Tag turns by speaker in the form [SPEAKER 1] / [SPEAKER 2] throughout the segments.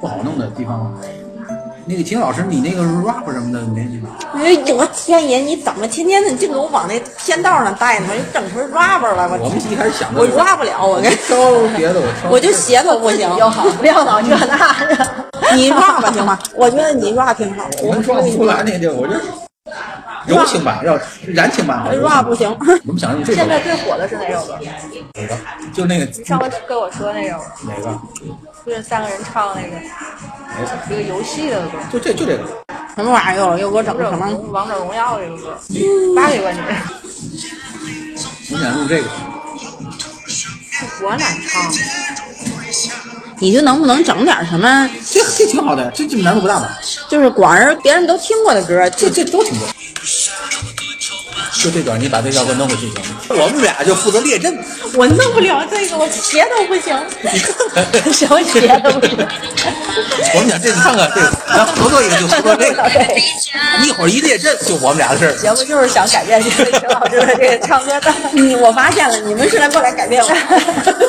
[SPEAKER 1] 不好弄的地方，那个秦老师，你那个 rap 什么的，你
[SPEAKER 2] 哎呦我天爷，你怎么天天的你净给我往那偏道上带呢？你整成 rapper 了，
[SPEAKER 1] 我
[SPEAKER 2] 我
[SPEAKER 1] 们一开始想的
[SPEAKER 2] 我 rap 不了，我跟
[SPEAKER 1] 挑别的，我挑
[SPEAKER 2] 我就写都不行。
[SPEAKER 3] 不要老这那的。
[SPEAKER 2] 你 rap 吧行吗？我觉得你 rap 挺好，
[SPEAKER 1] 我们撞不出来那地儿，我就柔情版，要燃情版好。
[SPEAKER 2] rap 不行。
[SPEAKER 1] 我们想用这首
[SPEAKER 3] 现在最火的是哪首歌？
[SPEAKER 1] 哪个？就那个
[SPEAKER 3] 你上回跟我说那首，
[SPEAKER 1] 哪个？
[SPEAKER 3] 就是三个人唱那个
[SPEAKER 1] 没错，
[SPEAKER 3] 一个游戏的歌，
[SPEAKER 1] 就这就这个。
[SPEAKER 2] 什么玩意儿？又又给我整
[SPEAKER 3] 王者
[SPEAKER 2] 什么？
[SPEAKER 3] 荣王者荣耀这个歌，发给过你。
[SPEAKER 1] 我们想用这个，
[SPEAKER 3] 多难唱，
[SPEAKER 2] 你就能不能整点什么？
[SPEAKER 1] 这这挺好的，这这难度不大吧？
[SPEAKER 2] 就是广而别人都听过的歌，
[SPEAKER 1] 这这都挺多。就这段，你把这小段弄回去行吗？我们俩就负责列阵，
[SPEAKER 2] 我弄不了这个，我鞋都不 行。
[SPEAKER 1] 你看看。
[SPEAKER 3] 什么节都不
[SPEAKER 1] 我们俩这你看看，这个咱合作一个就合作 这个，一会儿一列阵就我们俩的事儿。
[SPEAKER 2] 节目就是想改变这个陈老师的 这个唱歌的。你嗯我发现了，你们是来过来改变我。
[SPEAKER 4] 给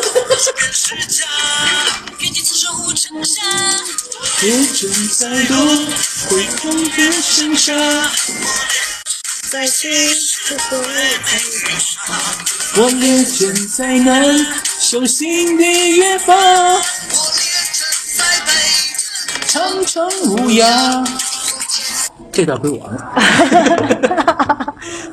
[SPEAKER 4] 你此生无成山，
[SPEAKER 5] 别争再多，会痛变成沙。
[SPEAKER 4] 再见，不说
[SPEAKER 5] 我列阵再难，手心的越发长城无恙。
[SPEAKER 1] 这段归 我了，
[SPEAKER 3] 行。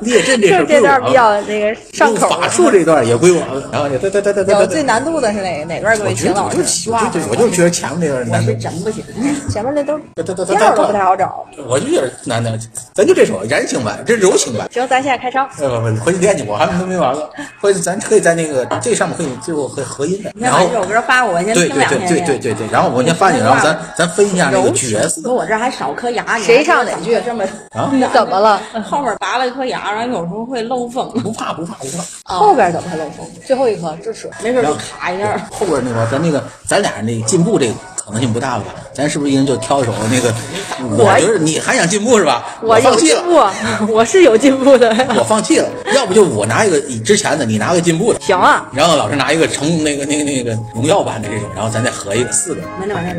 [SPEAKER 1] 列阵这事
[SPEAKER 3] 就
[SPEAKER 1] 儿
[SPEAKER 3] 是
[SPEAKER 1] 归
[SPEAKER 3] 这
[SPEAKER 1] 我
[SPEAKER 3] 段比
[SPEAKER 1] 了。
[SPEAKER 3] 较那个上
[SPEAKER 1] 用
[SPEAKER 3] 口。
[SPEAKER 1] 法术这段也归我了。然后就对对对对
[SPEAKER 2] 有
[SPEAKER 1] 对
[SPEAKER 2] 最
[SPEAKER 1] 对。
[SPEAKER 2] 难度的是哪哪段？各
[SPEAKER 1] 我
[SPEAKER 2] 位
[SPEAKER 1] 觉
[SPEAKER 2] 秦
[SPEAKER 1] 得
[SPEAKER 2] 老
[SPEAKER 1] 我
[SPEAKER 2] 师
[SPEAKER 1] 就，喜欢，我就觉得前面那段难
[SPEAKER 2] 真不行，啊前面那都
[SPEAKER 1] 对对对对
[SPEAKER 2] 调都不太好找。
[SPEAKER 1] 我就觉得难的，咱就这首燃情版，这柔情版。
[SPEAKER 3] 行，咱现在开唱。
[SPEAKER 1] 呃，不不，回去练去，我还没都没玩过。回去咱可以在那个这上面可以最后可以合音的，
[SPEAKER 2] 你
[SPEAKER 1] 然
[SPEAKER 2] 先把
[SPEAKER 1] 后
[SPEAKER 2] 这首歌发我，我先
[SPEAKER 1] 对
[SPEAKER 2] 听
[SPEAKER 1] 对
[SPEAKER 2] 两
[SPEAKER 1] 对
[SPEAKER 2] 天。
[SPEAKER 1] 对对对对，然后我先发你，然后咱咱分一下那个角色
[SPEAKER 2] 不，我这还少颗牙。你
[SPEAKER 3] 谁唱哪句
[SPEAKER 2] 这 么哦
[SPEAKER 1] 啊，
[SPEAKER 3] 怎么了？
[SPEAKER 2] 后面拔了一颗牙，然后有时候会漏风，
[SPEAKER 1] 不怕不怕不怕。
[SPEAKER 3] 后边怎么还漏风？最后一颗智齿。
[SPEAKER 2] 没事就卡一下。
[SPEAKER 1] 后边那个咱那个咱俩那进步这个可能性不大了吧？咱是不是一人就挑一首那个？我觉得你还想进步是吧？我
[SPEAKER 3] 有
[SPEAKER 1] 放弃
[SPEAKER 3] 进
[SPEAKER 1] 了，
[SPEAKER 3] 步， 我是有进步的。
[SPEAKER 1] 我放弃了。要不就我拿一个之前的，你拿个进步的，
[SPEAKER 3] 行啊，
[SPEAKER 1] 然后老师拿一个成那个那个那个荣耀版的这种，然后咱再合一个四个。
[SPEAKER 2] 没那玩意儿，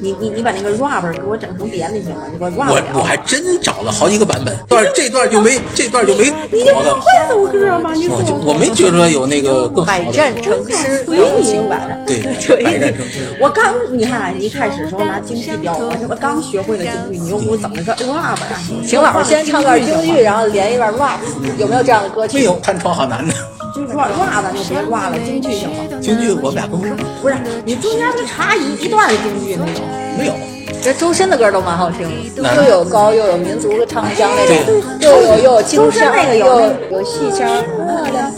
[SPEAKER 2] 你你你把那个 rap 给我整成别的行吗？你给我 rap
[SPEAKER 1] 我我还真找了好几个版本，段这段就没这段就没
[SPEAKER 3] 哎
[SPEAKER 1] 好的，
[SPEAKER 2] 会奏歌吗？你
[SPEAKER 1] 我就我没觉得有那个更好
[SPEAKER 3] 百
[SPEAKER 1] 的。
[SPEAKER 3] 战成师，
[SPEAKER 2] 流行版 的。
[SPEAKER 1] 对，百战成师。
[SPEAKER 2] 我刚你看一开始的时候拿京剧标，我他妈刚学会了京剧，你又给我整了个 rap 呀？
[SPEAKER 3] 请老师先唱段京剧，然后连一段 rap，有没有这样的歌曲？
[SPEAKER 1] 没有看窗好 难的，
[SPEAKER 2] 就是 rap 咱就别 rap 了，京剧行吗？
[SPEAKER 1] 京剧我们俩不是
[SPEAKER 2] 不是，你中间就插一一段京剧那种。
[SPEAKER 1] 没有。
[SPEAKER 3] 这周深的歌都蛮好听
[SPEAKER 1] 哪
[SPEAKER 3] 的，
[SPEAKER 1] 个
[SPEAKER 3] 又有高又有民族的唱腔那种，
[SPEAKER 1] 对
[SPEAKER 3] 又有又有京
[SPEAKER 2] 周深
[SPEAKER 3] 腔，
[SPEAKER 2] 那个有
[SPEAKER 3] 又
[SPEAKER 2] 那
[SPEAKER 3] 有戏腔。
[SPEAKER 2] 就是嗯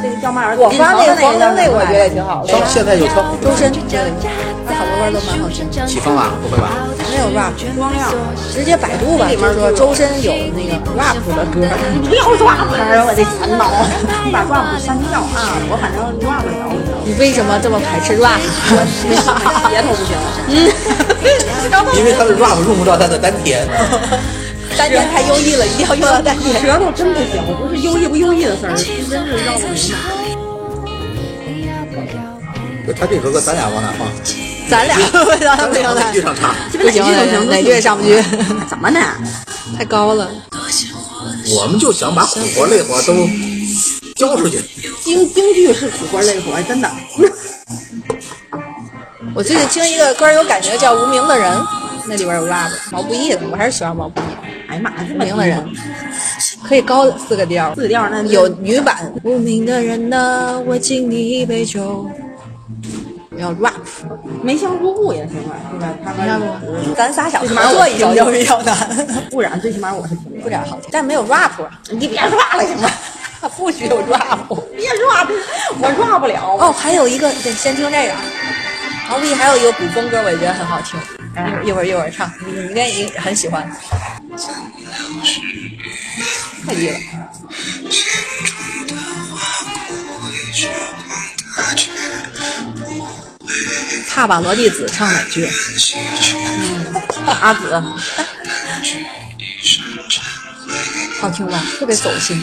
[SPEAKER 2] 这个叫嘛玩意儿？
[SPEAKER 3] 我发那个
[SPEAKER 2] 个
[SPEAKER 3] 黄征那个我觉得也挺好的
[SPEAKER 1] 到，现在就挑
[SPEAKER 3] 周深对他好多歌都蛮好听。
[SPEAKER 1] 起风啊，不会吧？
[SPEAKER 2] 没有 rap，光亮。
[SPEAKER 3] 直接百度吧，
[SPEAKER 2] 里
[SPEAKER 3] 就
[SPEAKER 2] 面
[SPEAKER 3] 是说
[SPEAKER 2] 就有
[SPEAKER 3] 周深有那 个 rap 的歌，
[SPEAKER 2] 你不要 rap 了，我的天呐！你把 rap 删掉啊！我反正 rap 不了，
[SPEAKER 3] 你为什么这么排斥 rap？
[SPEAKER 2] 别头不行。嗯，
[SPEAKER 1] 因为他的 rap 用不到他的丹田，
[SPEAKER 3] 丹田太优异了，一定要用到丹田。
[SPEAKER 2] 舌头真不行，不是优异不优异的事儿，真是绕不明白。
[SPEAKER 1] 就 他这首歌咱俩往哪放？
[SPEAKER 3] 咱俩
[SPEAKER 1] 咱
[SPEAKER 3] 不
[SPEAKER 1] 俩
[SPEAKER 3] 行
[SPEAKER 1] 往哪句
[SPEAKER 3] 了，
[SPEAKER 1] 上插？
[SPEAKER 2] 不行，
[SPEAKER 3] 哪句也上不 去，
[SPEAKER 2] 怎么呢？
[SPEAKER 3] 太高了。
[SPEAKER 1] 我们就想把苦活累活都交出去。
[SPEAKER 2] 京京剧是苦活累活，真的。
[SPEAKER 3] 我最近听一个歌儿有感觉叫《无名的人》，那里边有 rap，毛不易的，我还是喜欢毛不易。
[SPEAKER 2] 哎呀妈，这
[SPEAKER 3] 无
[SPEAKER 2] 么
[SPEAKER 3] 名的人可以高四个调儿，
[SPEAKER 2] 四调那
[SPEAKER 3] 有女版。无名的人呢，我敬你一杯酒。我要 rap，
[SPEAKER 2] 梅香如故也行啊，是吧？他们
[SPEAKER 3] 咱仨想
[SPEAKER 2] 最起码我
[SPEAKER 3] 合作一首
[SPEAKER 2] 听
[SPEAKER 3] 就
[SPEAKER 2] 过
[SPEAKER 3] 比较 难，
[SPEAKER 2] 不然最起码我是听
[SPEAKER 3] 不点好听，但没有 rap，
[SPEAKER 2] 你别 rap 了行吗？
[SPEAKER 3] 不许有 rap。
[SPEAKER 2] 别 rap，我 rap 不了。
[SPEAKER 3] 哦，还有一个得先听这个，毛不易还有一个古风歌，我也觉得很好听，一会儿一会儿唱，你应该应很喜欢。太低了，踏吧罗地子唱哪句？嗯，阿紫， 好听吧？特别走心。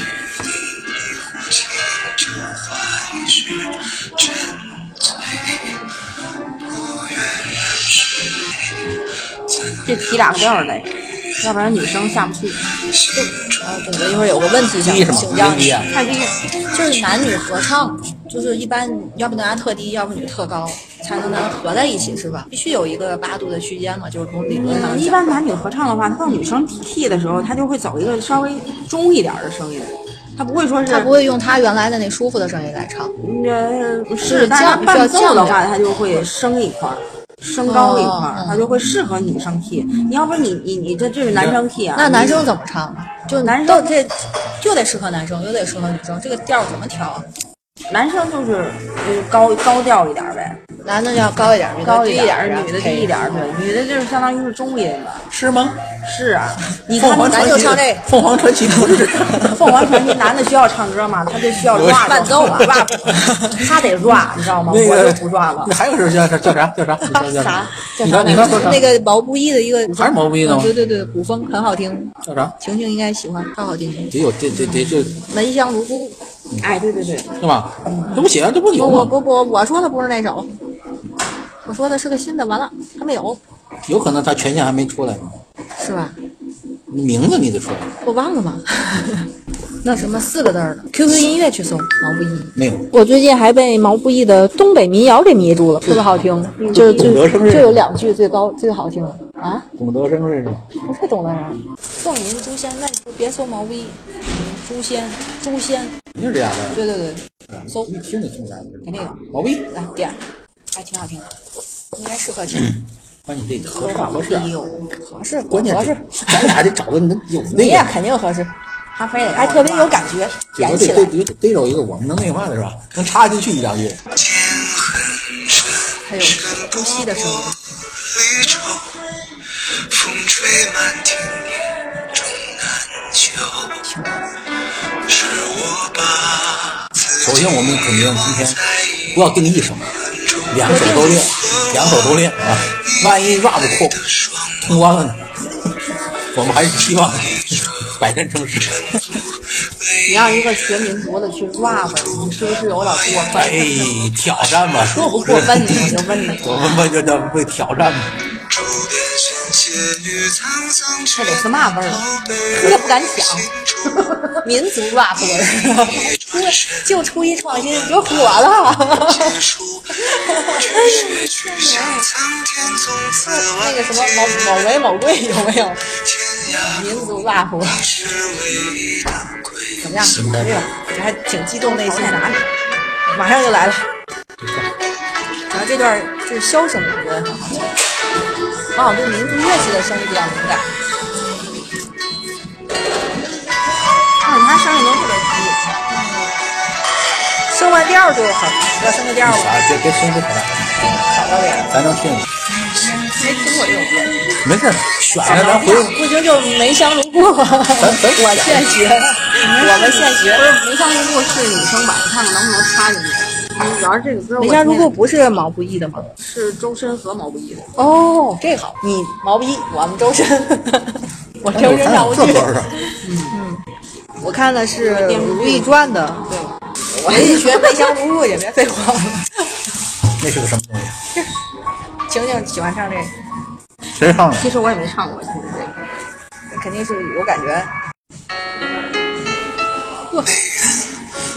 [SPEAKER 2] 这题俩个调儿来着，要不然女生下不去。
[SPEAKER 3] 啊，对，我一会儿有个问题想
[SPEAKER 1] 低是吗
[SPEAKER 3] 请教
[SPEAKER 1] 不低
[SPEAKER 3] 你
[SPEAKER 1] 啊，
[SPEAKER 3] 太低，就是男女合唱，就是一般要不男特低，要不女特高，才能能合在一起是吧？必须有一个八度的区间嘛，就是从理论上
[SPEAKER 2] 嗯一
[SPEAKER 3] 讲。
[SPEAKER 2] 般男女合唱的话，他到女生 T 的时候，他就会走一个稍微中一点儿的声音，他不会说是
[SPEAKER 3] 他不会用他原来的那舒服的声音来唱，
[SPEAKER 2] 呃
[SPEAKER 3] 是
[SPEAKER 2] 是，但是
[SPEAKER 3] 降
[SPEAKER 2] 伴奏的
[SPEAKER 3] 比较
[SPEAKER 2] 话，
[SPEAKER 3] 降
[SPEAKER 2] 它就会升一块儿。升高一块
[SPEAKER 3] 哦
[SPEAKER 2] 儿，
[SPEAKER 3] 嗯
[SPEAKER 2] 它就会适合女生 T。你要不是你你你这这是男生 T 啊？
[SPEAKER 3] 那
[SPEAKER 2] 你
[SPEAKER 3] 男生怎么唱啊？就
[SPEAKER 2] 男生
[SPEAKER 3] 都这又得适合男生，又得适合女生，这个调儿怎么调啊？
[SPEAKER 2] 男生就是呃高高调一点儿呗，
[SPEAKER 3] 男的要高一点，女的
[SPEAKER 2] 高
[SPEAKER 3] 低
[SPEAKER 2] 一
[SPEAKER 3] 点
[SPEAKER 2] 点
[SPEAKER 3] 儿，
[SPEAKER 2] 儿，女的低一点儿，对，女的就是相当于是中音了。
[SPEAKER 1] 是吗？
[SPEAKER 2] 是啊，你看
[SPEAKER 1] 凤凰传
[SPEAKER 3] 咱
[SPEAKER 1] 奇
[SPEAKER 3] 就唱这个，
[SPEAKER 1] 凤凰传奇不是？
[SPEAKER 2] 凤凰传奇男的需要唱歌嘛，他就需要 rap
[SPEAKER 3] 伴奏啊
[SPEAKER 2] rap，他得 rap，你知道吗？
[SPEAKER 1] 那
[SPEAKER 2] 我
[SPEAKER 1] 个
[SPEAKER 2] 就不 rap 了。
[SPEAKER 1] 那还有是叫叫啥叫啥？你说叫
[SPEAKER 3] 啥
[SPEAKER 1] 啥？？你刚你刚说啥
[SPEAKER 3] 那个毛不易的一个嗯
[SPEAKER 1] 还是毛不易的吗
[SPEAKER 3] 对对对，古风很好听，
[SPEAKER 1] 叫啥？
[SPEAKER 3] 晴晴应该喜欢，超好听。
[SPEAKER 1] 得有这这这这是
[SPEAKER 3] 闻香如故，
[SPEAKER 2] 哎，对对对，
[SPEAKER 1] 吧？这不写这不有
[SPEAKER 3] 不不
[SPEAKER 1] 吗？
[SPEAKER 3] 不不，我说的不是那首，我说的是个新的，完了还没有，
[SPEAKER 1] 有可能他权限还没出来呢，
[SPEAKER 3] 是吧？
[SPEAKER 1] 名字你得出来，
[SPEAKER 3] 我忘了 吗？那什么四个字儿的，QQ 音乐去搜毛不易。
[SPEAKER 1] 没有。
[SPEAKER 6] 我最近还被毛不易的《东北民谣》给迷住了，特别好听，
[SPEAKER 3] 嗯
[SPEAKER 6] 就就
[SPEAKER 1] 懂得生日
[SPEAKER 6] 就有两句最高最好听啊！
[SPEAKER 1] 懂得生日是吧？
[SPEAKER 6] 不是懂得啥？
[SPEAKER 3] 凤吟诛仙，那你就别搜毛不易，诛仙，诛仙，
[SPEAKER 1] 肯定是这样的。
[SPEAKER 3] 对对对，搜
[SPEAKER 1] 一听就听出来了，
[SPEAKER 3] 给那个
[SPEAKER 1] 毛病。
[SPEAKER 3] 来点儿，还挺好听的，应该适合听。
[SPEAKER 1] 把你这合唱合适啊，
[SPEAKER 3] 哎呦，合适，
[SPEAKER 1] 关键
[SPEAKER 3] 合
[SPEAKER 1] 是
[SPEAKER 3] 适，
[SPEAKER 1] 咱俩得找个能有
[SPEAKER 3] 你
[SPEAKER 1] 那
[SPEAKER 3] 也
[SPEAKER 1] 个，
[SPEAKER 3] 肯定合适，
[SPEAKER 2] 他非得
[SPEAKER 3] 还特别有感觉，演
[SPEAKER 1] 有
[SPEAKER 3] 起
[SPEAKER 1] 得
[SPEAKER 3] 来
[SPEAKER 1] 得。得得有一个我们能内化的是吧？能插进去一两句。
[SPEAKER 3] 还有呼吸的声音，
[SPEAKER 4] 绿洲，风吹满庭野终难求。是我把自
[SPEAKER 1] 首
[SPEAKER 4] 己
[SPEAKER 1] 先，我们肯定今天
[SPEAKER 4] 在意
[SPEAKER 1] 不要定一声，两手都练，两手都练啊！万一 rap 破
[SPEAKER 4] 双
[SPEAKER 1] 通关了呢？ 我们还是希望百战成师。
[SPEAKER 2] 你让一个学民族的去 rap，你是不是有点过
[SPEAKER 1] 哎
[SPEAKER 2] 分？，
[SPEAKER 1] 挑战吧，
[SPEAKER 2] 过不过分？你就问你，
[SPEAKER 1] 我们就叫被挑战吧。
[SPEAKER 4] 竹编线结于沧桑之
[SPEAKER 2] 这得是嘛味儿？
[SPEAKER 4] 北，
[SPEAKER 3] 我哎也不敢想，民族 rap 的人，出就初一创新就火了。
[SPEAKER 4] 结束。只是去向苍天，从此
[SPEAKER 3] 那
[SPEAKER 4] 万
[SPEAKER 3] 个什么某某为某贵有没有？民族 rap
[SPEAKER 4] 是唯一的归途。
[SPEAKER 3] 怎么样？哎呦，我还挺激动内心的啊，马上就来了。然后这段就是箫声，我觉得很好听。往往对民族乐器的声音比较敏感。
[SPEAKER 2] 但是他声音都特别低，
[SPEAKER 3] 升完调儿就好，要升个调儿吧，
[SPEAKER 1] 啊，别别声音太大，
[SPEAKER 3] 少到点儿。
[SPEAKER 1] 咱能听。
[SPEAKER 3] 没听过这种歌，
[SPEAKER 1] 没事儿，选了咱回头
[SPEAKER 3] 不行就梅香如故。我现学， 我们现学
[SPEAKER 2] 不。是《梅香如故》是女生版，看看能不能插进去。主要是这个歌，
[SPEAKER 3] 梅香如故不是毛不易的吗？
[SPEAKER 2] 是周深和毛不易的。
[SPEAKER 3] 哦，这好，你毛不易，我们周深。 我周深
[SPEAKER 1] 咱
[SPEAKER 3] 绕
[SPEAKER 1] 有
[SPEAKER 3] 不
[SPEAKER 1] 这
[SPEAKER 3] 去。
[SPEAKER 1] 多少？
[SPEAKER 3] 我看的是《如懿传》的，对，我一学梅香如故也别废话了。
[SPEAKER 1] 那是个什么东西？
[SPEAKER 3] 晴晴喜欢唱这个，
[SPEAKER 1] 谁唱的？
[SPEAKER 2] 其实我也没唱过，
[SPEAKER 3] 那肯定是有感觉。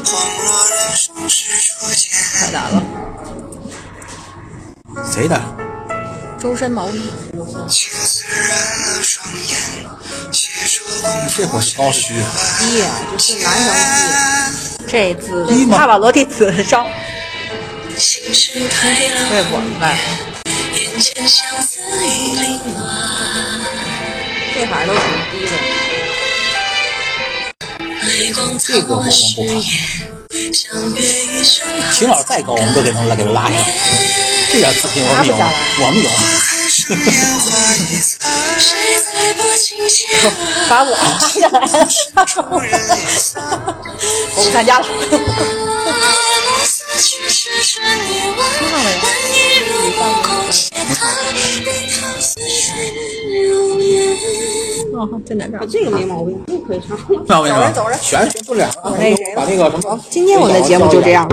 [SPEAKER 4] 恍若人生是初见，
[SPEAKER 3] 太难了，
[SPEAKER 1] 谁的？
[SPEAKER 3] 周深毛不易，
[SPEAKER 4] 青丝染了双眼，写出功
[SPEAKER 1] 这会儿是高虚，
[SPEAKER 2] 低啊，就是男生低。
[SPEAKER 3] 这次
[SPEAKER 1] 一吗
[SPEAKER 3] 帕瓦罗蒂子上，
[SPEAKER 4] 心事开朗
[SPEAKER 3] 我。也不明白，
[SPEAKER 4] 眼前相思已凌乱，
[SPEAKER 3] 这行都挺低的。
[SPEAKER 4] 泪光擦过誓言，相约一生好。
[SPEAKER 1] 曲老师再高，我们都给他们给他拉下来。这点自信我们有，我们有。
[SPEAKER 4] 还是年华一次，谁在拨琴弦啊？
[SPEAKER 3] 把我拉下来了，
[SPEAKER 4] 故人已散，
[SPEAKER 3] 我不参加了。
[SPEAKER 4] 暮色去痴痴迷惘，难以入梦空嗟叹，人好似水流年。
[SPEAKER 3] 哦，真难唱。
[SPEAKER 2] 这个没毛病，不可以唱。
[SPEAKER 1] 那我跟你
[SPEAKER 2] 走
[SPEAKER 1] 说
[SPEAKER 2] 着走着，
[SPEAKER 1] 全全不了了。把那个什么，
[SPEAKER 3] 今天我的节目就这样。